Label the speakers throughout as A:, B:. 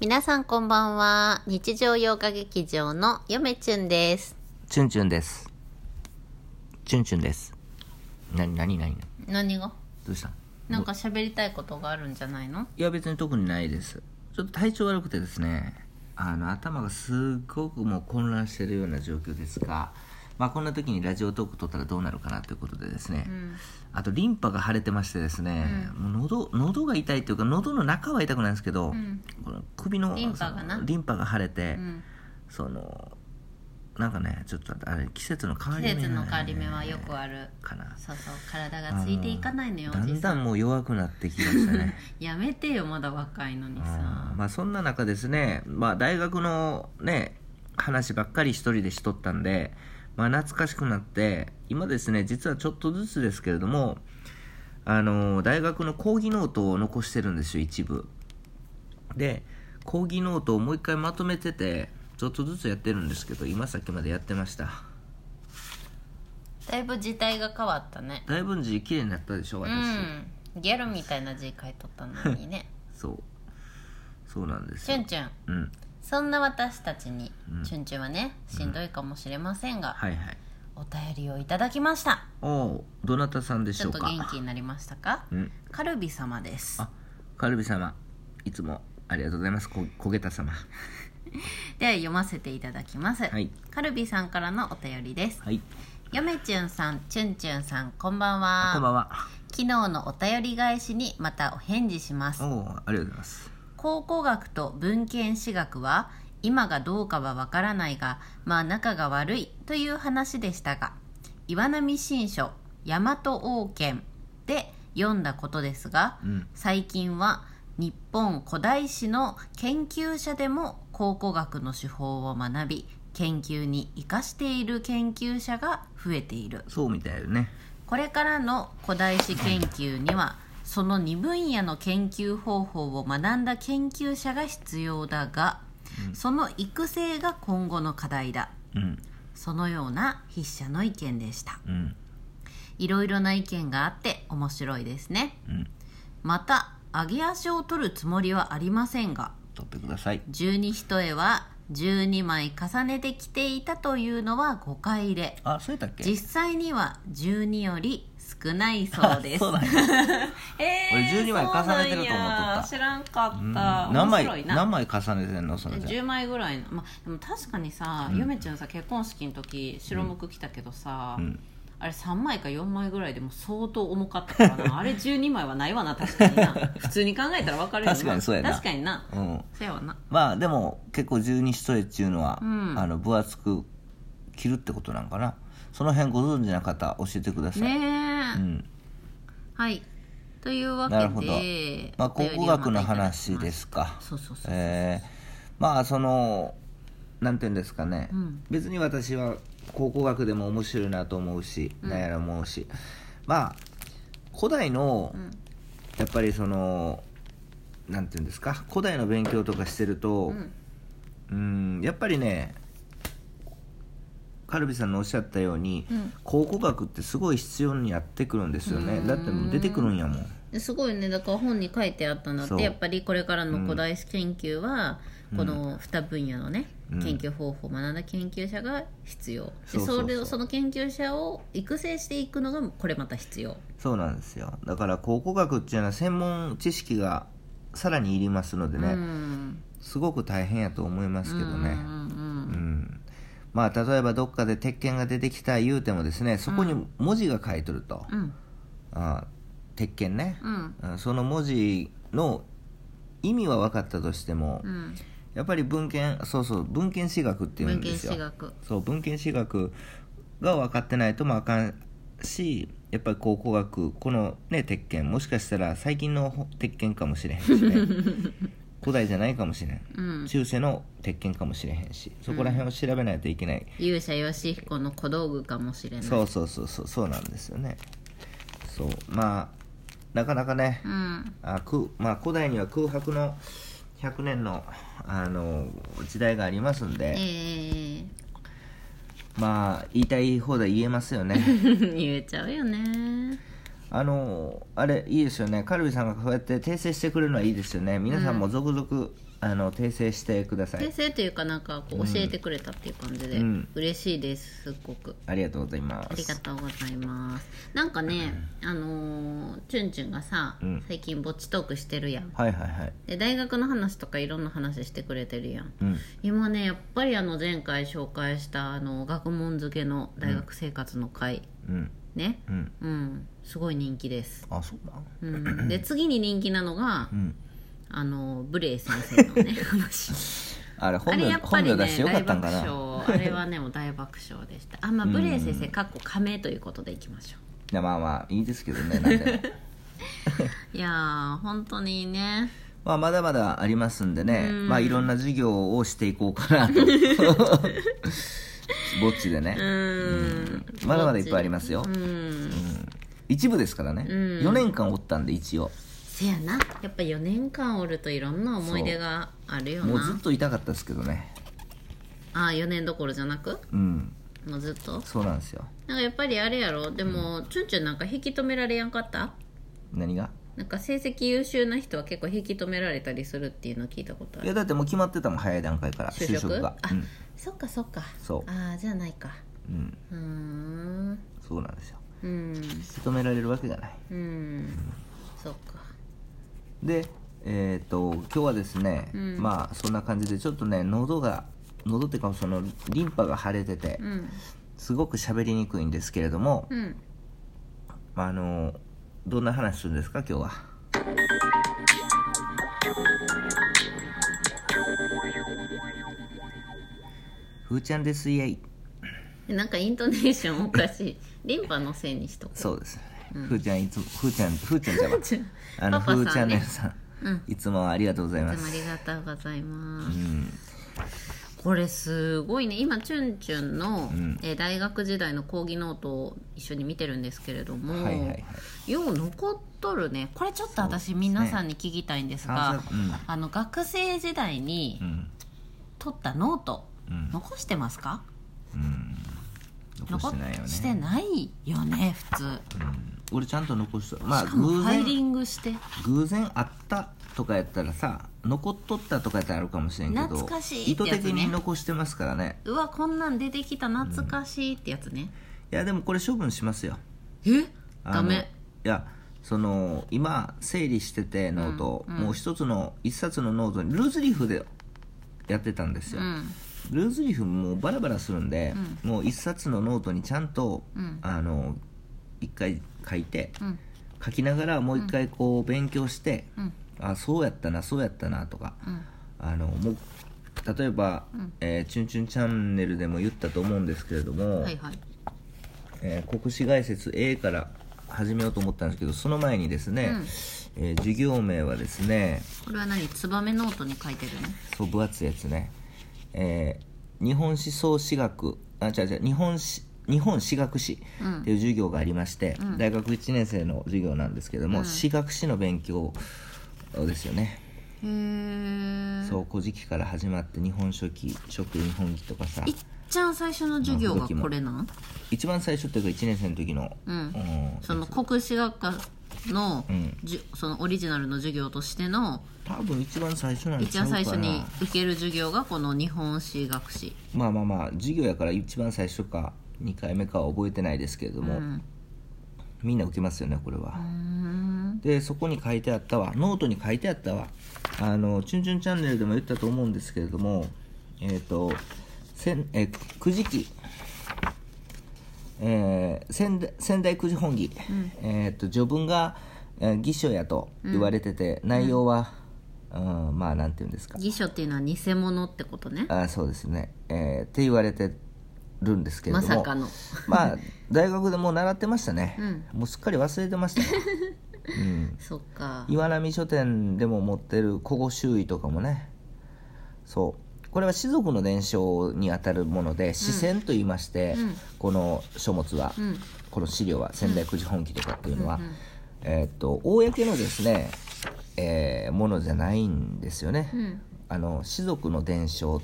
A: 皆さんこんばんは日常洋画劇場のよめちゅんです
B: チュンチュンです。チュンチュンです。な、なになに
A: 何が
B: どうした
A: なんか喋りたいことがあるんじゃないの
B: いや、別に特にないです。ちょっと体調悪くてですね、あの、頭がすごくもう混乱してるような状況ですが、まあ、こんな時にラジオトーク撮ったらどうなるかなということでですね、
A: うん
B: あと、リンパが腫れてましてですね、もう喉、喉が痛いというか、喉の中は痛くないんですけど、
A: ん
B: この首の、
A: リンパがな
B: そのリンパが腫れて、
A: うん
B: その、なんかね、ちょっとあれ、季節の変わり
A: 季
B: 目
A: 節の変わり目はよくある
B: かな。
A: そうそう体がついていかないのよ
B: だ
A: おじ
B: んだ
A: さん
B: んもう弱くなってきました ね
A: やめてよまだ若いのにさ
B: まあそんな中ですね、まあ、大学のね話ばっかり一人でしとったんで、まあ、懐かしくなって今ですね実はちょっとずつですけれどもあの大学の講義ノートを残してるんですよ一部で講義ノートをもう一回まとめててちょっとずつやってるんですけど今さっきまでやってました
A: だいぶ時代が変わったね
B: だいぶ字綺麗になったでしょ
A: う
B: 私、
A: んギャルみたいな字書いとったのにね
B: そうそうなんです
A: チュ
B: よ
A: ンチュン
B: うん
A: そんな私たちに、チュンチュンはねしんどいかもしれませんが、
B: はいはい
A: お便りをいただきました
B: おおうどなたさんでし
A: ち
B: ょ
A: ょっ
B: う
A: と
B: か
A: 元気になりましたか
B: うん
A: カルビ様です
B: あカルビ様いつもありがとうございますこ焦げた様
A: では読ませていただきます、
B: はい
A: カルビさんからのお便りです
B: はい
A: よめちゅんさんちゅんちゅんさんこんばんは
B: こんばんは
A: 昨日のお便り返しにまたお返事します
B: おおありがとうございます
A: 考古学と文献史学は今がどうかはわからないがまあ仲が悪いという話でしたが岩波新書「大和王権」で読んだことですが、
B: うん
A: 最近は日本古代史の研究者でも考古学の手法を学び研究に生かしている研究者が増えている
B: そうみたいよね
A: これからの古代史研究にはその2分野の研究方法を学んだ研究者が必要だが、その育成が今後の課題だ
B: うん
A: そのような筆者の意見でした
B: うん
A: いろいろな意見があって面白いですね、
B: うん
A: また揚げ足を取るつもりはありませんが
B: 取ってください
A: 十二一重は12枚重ねてきていたというのは誤解で
B: あそうやったっけ
A: 実際には12より少ないそうです
B: そう なん
A: えー、
B: や俺12枚重ねてる
A: そう
B: と思っとった
A: なんや知らんか
B: うん
A: った、
B: 何
A: 面白い
B: 枚
A: な
B: 何枚重ねてんのそれじゃ
A: 10枚ぐらいの、ま、でも確かにさ、ゆめちゃんさ結婚式の時白むく来たけどさ、
B: うん
A: あれ3枚か4枚ぐらいでも相当重かったから なあれ12枚はないわな確かにな普通に考えたら分かるよな
B: 確かにそうやな
A: 確かにな
B: うん
A: そうやわな
B: まあでも結構十二一重っていうのは、
A: うん
B: あの分厚く切るってことなんかなその辺ご存知な方教えてください、
A: ねえ、
B: うん
A: はいというわけで
B: なるほどまあ、考古学の話ですすか
A: そうそうそう、
B: えーまあそのなんていうんですかね、
A: うん
B: 別に私は考古学でも面白いなと思うし、なんやら思うしまあ古代の、
A: ん
B: やっぱりそのなんていうんですか古代の勉強とかしてると
A: うん
B: うんやっぱりねカルビさんのおっしゃったように、
A: うん
B: 考古学ってすごい必要になってくるんですよねだってもう出てくるんやもん
A: ですごいねだから本に書いてあったんだっ
B: そう
A: てやっぱりこれからの古代史研究は、この2分野のね、
B: うん
A: 研究方法を学んだ研究者が必要で
B: そうそうそう
A: それをその研究者を育成していくのがこれまた必要
B: そうなんですよだから考古学っていうのは専門知識がさらにいりますのでね、
A: うん
B: すごく大変やと思いますけどね
A: うんうん
B: うん、まあ例えばどっかで鉄拳が出てきた言うてもですねそこに文字が書いとると、
A: うん
B: あ鉄拳ね、
A: うん
B: うんその文字の意味は分かったとしても、
A: うん
B: やっぱり文献そうそう文献史学っていうん
A: 文
B: で
A: 献
B: すよ
A: 史学
B: そう文献史学が分かってないともあかんしやっぱり考古学このね鉄拳もしかしたら最近の鉄拳かもしれへんしね 古代じゃないかもしれん、
A: うん
B: 中世の鉄拳かもしれへんしそこら辺を調べないといけない、
A: 勇者ヨシヒコの小道具かもしれない
B: そうそうそうそうそうなんですよねそうまあなかなかね、
A: うん
B: あくまあ、古代には空白の100年のあの時代がありますんで、
A: ええ
B: まあ言いたい放題言えますよね
A: 言えちゃうよね
B: あのあれいいですよねカルビさんがこうやって訂正してくれるのはいいですよね皆さんも続々、あの訂正してください
A: 先生というかなんかこう教えてくれたっていう感じで、
B: うん
A: 嬉しいですすっごく
B: ありがとうございます
A: ありがとうございますなんかね、あのーチュンチュンがさ、
B: うん
A: 最近ぼっちトークしてるやん
B: はいはいはい
A: で大学の話とかいろんな話してくれてるやん
B: うん
A: 今ねやっぱりあの前回紹介したあの学問漬けの大学生活の会、
B: うん
A: ね
B: うん
A: うんすごい人気です、
B: あそうなん
A: うん、 で次に人気なのが、
B: うん
A: あのブレイ先生の ね話
B: あれ
A: あ
B: 本
A: れや
B: 名
A: っぱ
B: 本
A: り
B: 名
A: ね
B: 出してよか
A: 大
B: ったん
A: 爆
B: か
A: 笑
B: な
A: あれはねもう大爆笑でしたあまあブレイ先生かっこ仮名ということでいきましょ
B: いやまあまあいいですけどねなんでも
A: ういやー本当にね
B: まあまだまだありますんでね
A: うん
B: まあいろんな授業をしていこうか なとぼっちでね
A: うーん
B: まだまだいっぱいありますよ
A: うん
B: 一部ですからね
A: うん
B: 4年間おったんで一応
A: せやなやっぱ4年間おるといろんな思い出があるよ
B: もうずっ
A: な
B: と痛かったですけどね
A: ああ4年どころじゃなく
B: うん
A: もうずっと
B: そうなんですよ
A: なんかやっぱりあれやろでも、チュンチュンなんか引き止められやんかった
B: 何が
A: なんか成績優秀な人は結構引き止められたりするっていうのを聞いたことあ
B: いや
A: る
B: だってもう決まってたもん早い段階から
A: 就職
B: 就職が
A: あ、
B: うん
A: そっかそっか
B: そう
A: ああじゃあないか
B: うん
A: うーん
B: そうなんですよ
A: うん
B: 引き止められるわけがない
A: うんそっか
B: でえっ、と今日はですね、
A: うん
B: まあそんな感じでちょっとね喉が喉っていうかそのリンパが腫れてて
A: うん
B: すごく喋りにくいんですけれども、
A: うん
B: まあ、あのどんな話するんですか今日はふーちゃんですイエイ
A: でなんかイントネーションおか しいリンパのせいにしとこ
B: そうです、ふーちゃんいつもふーちゃんふーちゃんじゃな
A: うチュン
B: あ の、
A: パパさん
B: ふ
A: ね
B: ーチャンネルさん、
A: うん
B: いつもありがとうございま
A: いつもあ
B: す。
A: りがとうございま
B: う
A: す、
B: ん、
A: これすごいね今チュンチュンの、
B: ん
A: えー大学時代の講義ノートを一緒に見てるんですけれども、
B: はいはいはい。
A: よう残っとるねこれちょっと私
B: そうですね
A: 皆さんに聞きたいんですが
B: 探索うん
A: あの学生時代に
B: うん、
A: 取ったノート、
B: うん
A: 残してますか
B: うん。残してないよね。
A: 残してないよね普通
B: 俺ちゃんと残した。まあ、
A: しかも
B: 偶
A: ファイリ
B: 然、
A: ングして
B: 偶然あったとかやったらさ、残っとったとかやったらあるかもしれんけど、
A: 懐かしいってやつね
B: 意図的に残してますからね。
A: うわこんなん出てきた懐かしいってやつね、
B: いや、でもこれ処分しますよ。
A: え
B: あの
A: ダ
B: い
A: メ
B: やその今整理しててノートを、もう一つの一冊のノートにルーズリーフでやってたんですよ、
A: うん
B: ルーズリーフもうバラバラするんで、もう一冊のノートにちゃんと、
A: うん
B: あの一回書いて、
A: うん
B: 書きながらもう一回こう勉強して、
A: うん
B: あそうやったなそうやったなとか、
A: うん
B: あのもう例えば、えーチュンチュンチャンネル」でも言ったと思うんですけれども、
A: はいはい
B: えー国史概説 A から始めようと思ったんですけどその前にですね、えー授業名はですね
A: これは何ツバメノートに書いてるね
B: そう分厚いやつね、えー日本思想史学あ違う違う日本史日本史学史っていう授業がありまして、大学1年生の授業なんですけども、史学史の勉強ですよね、
A: へえ
B: そう「古事記」から始まって「日本書紀」「食日本記」とかさ
A: いっちゃん最初の授業がこれなん
B: 一番最初というか1年生の時の、
A: うん
B: うん
A: その国史学科の,、
B: ん
A: じゅそのオリジナルの授業としての
B: 多分一番最初なんち
A: 一
B: ゃう
A: 番
B: かな
A: 最初に受ける授業がこの日本史学史
B: まあまあまあ授業やから一番最初か2回目かは覚えてないですけれども、
A: ん
B: みんな受けますよねこれは、
A: うーん
B: でそこに書いてあったわノートに書いてあったわあの「チュンチュンチャンネル」でも言ったと思うんですけれどもえっ、とせんえーくじ記えー仙台仙台くじ本義、えっ、と序文が、えー、偽書やと言われてて、内容は、うん、まあなんて言うんですか
A: 偽書っていうのは偽物ってことね
B: あそうですね、えーって言われてるんですけれど
A: ま
B: も
A: さかの
B: まあ大学でもう習ってましたね、
A: う
B: もうすっかり忘れてましたね、うん、
A: そっか
B: 岩波書店でも持ってる古語周囲とかもねそうこれは士族の伝承にあたるもので「四川」と言いまして、この書物は、
A: ん
B: この資料は仙台くじ本記とかっていうのは、えーっと公のですね、えーものじゃないんですよね、
A: うん
B: あの士族の伝承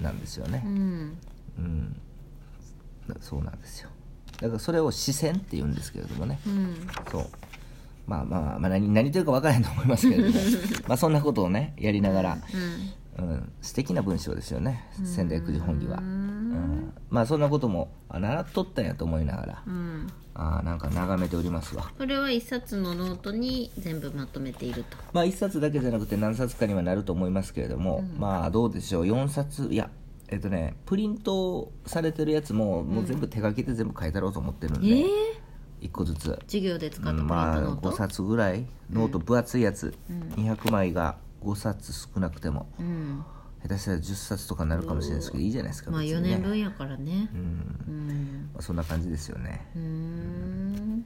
B: なんですよね
A: う、ん
B: うん、そうなんですよだからそれを「四川」って言うんですけれどもね
A: うん
B: そうまあまあ、まあ、何何というか分からないと思いますけ れどもまあそんなことをねやりながら、うん、素敵な文章ですよね仙台九時本木は、うん、まあそんなこともあ習っとったんやと思いながら
A: うん
B: あーなんか眺めておりますわ
A: これは一冊のノートに全部まとめていると
B: まあ1冊だけじゃなくて何冊かにはなると思いますけれども、まあどうでしょう4冊いやえっとねプリントされてるやつももう全部手書きで全部書いたろうと思ってるんで、
A: ええ
B: 1個ずつ
A: 授業で使ったプリント
B: まあ
A: ノート、
B: 5冊ぐらいノート分厚いやつ、200枚が5冊少なくても
A: うん
B: 下手したら10冊とかになるかもしれないですけどいいじゃないですか
A: まあ
B: 別に
A: 4
B: ね
A: 年分やからね
B: うん
A: うん
B: まあ、そんな感じですよね
A: うーん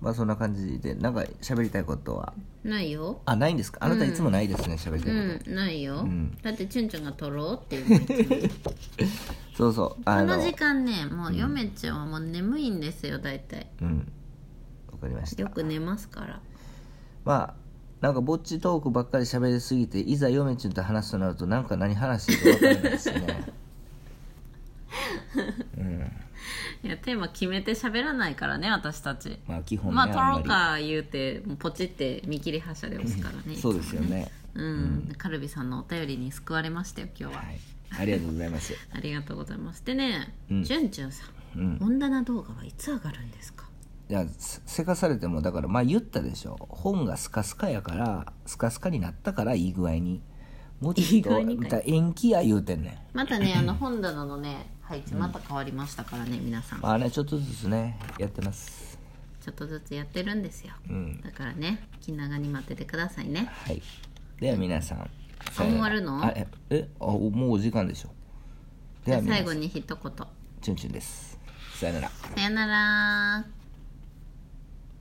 B: まあそんな感じでなんか喋りたいことは
A: ないよ
B: あないんですかあなたいつもないですね喋、りた
A: う
B: いこと、
A: んないよ、
B: ん
A: だってチュンチュンが取ろうっていうのいつも
B: そうそう
A: こ
B: あ
A: の時間ねもう嫁ちゃんはもう眠いんですよ大体
B: うんわかりました
A: よく寝ますから
B: まあなんかぼっちトークばっかり喋りすぎていざ嫁ちゃんと話すとなるとなんか何話してるかわかんないです ね
A: いやテーマ決めて喋らないからね私たち
B: まあ基本ね
A: まあ取
B: あ
A: ろ
B: ん
A: う
B: ま
A: か言うてもうポチって見切り発車で押すからね
B: りそうですよね
A: うん、カルビさんのお便りに救われましたよ今日は、
B: はいありがとうございます
A: ありがとうございますでね、
B: うん
A: じゅんちゅんさん、
B: うん
A: 本棚動画はいつ上がるんですか
B: いやせせかされてもだからまあ言ったでしょ本がスカスカやからスカスカになったからいい具合にもうちょっと
A: いい具合にかい
B: だから延期や言うてんねん
A: またねあの本棚のね配置また変わりましたからね、皆さんち
B: まあねちょっとずつねやってます
A: ょっとずつやってるんですよ、
B: うん
A: だからね気長に待っててくださいね
B: はいでは皆さんさよ
A: 終
B: な
A: わ
B: ら
A: るの
B: あええあもうお時間でしょでは皆
A: 最
B: さ
A: 後
B: ん
A: に一言さ
B: チュンチュンですさよなら
A: よなら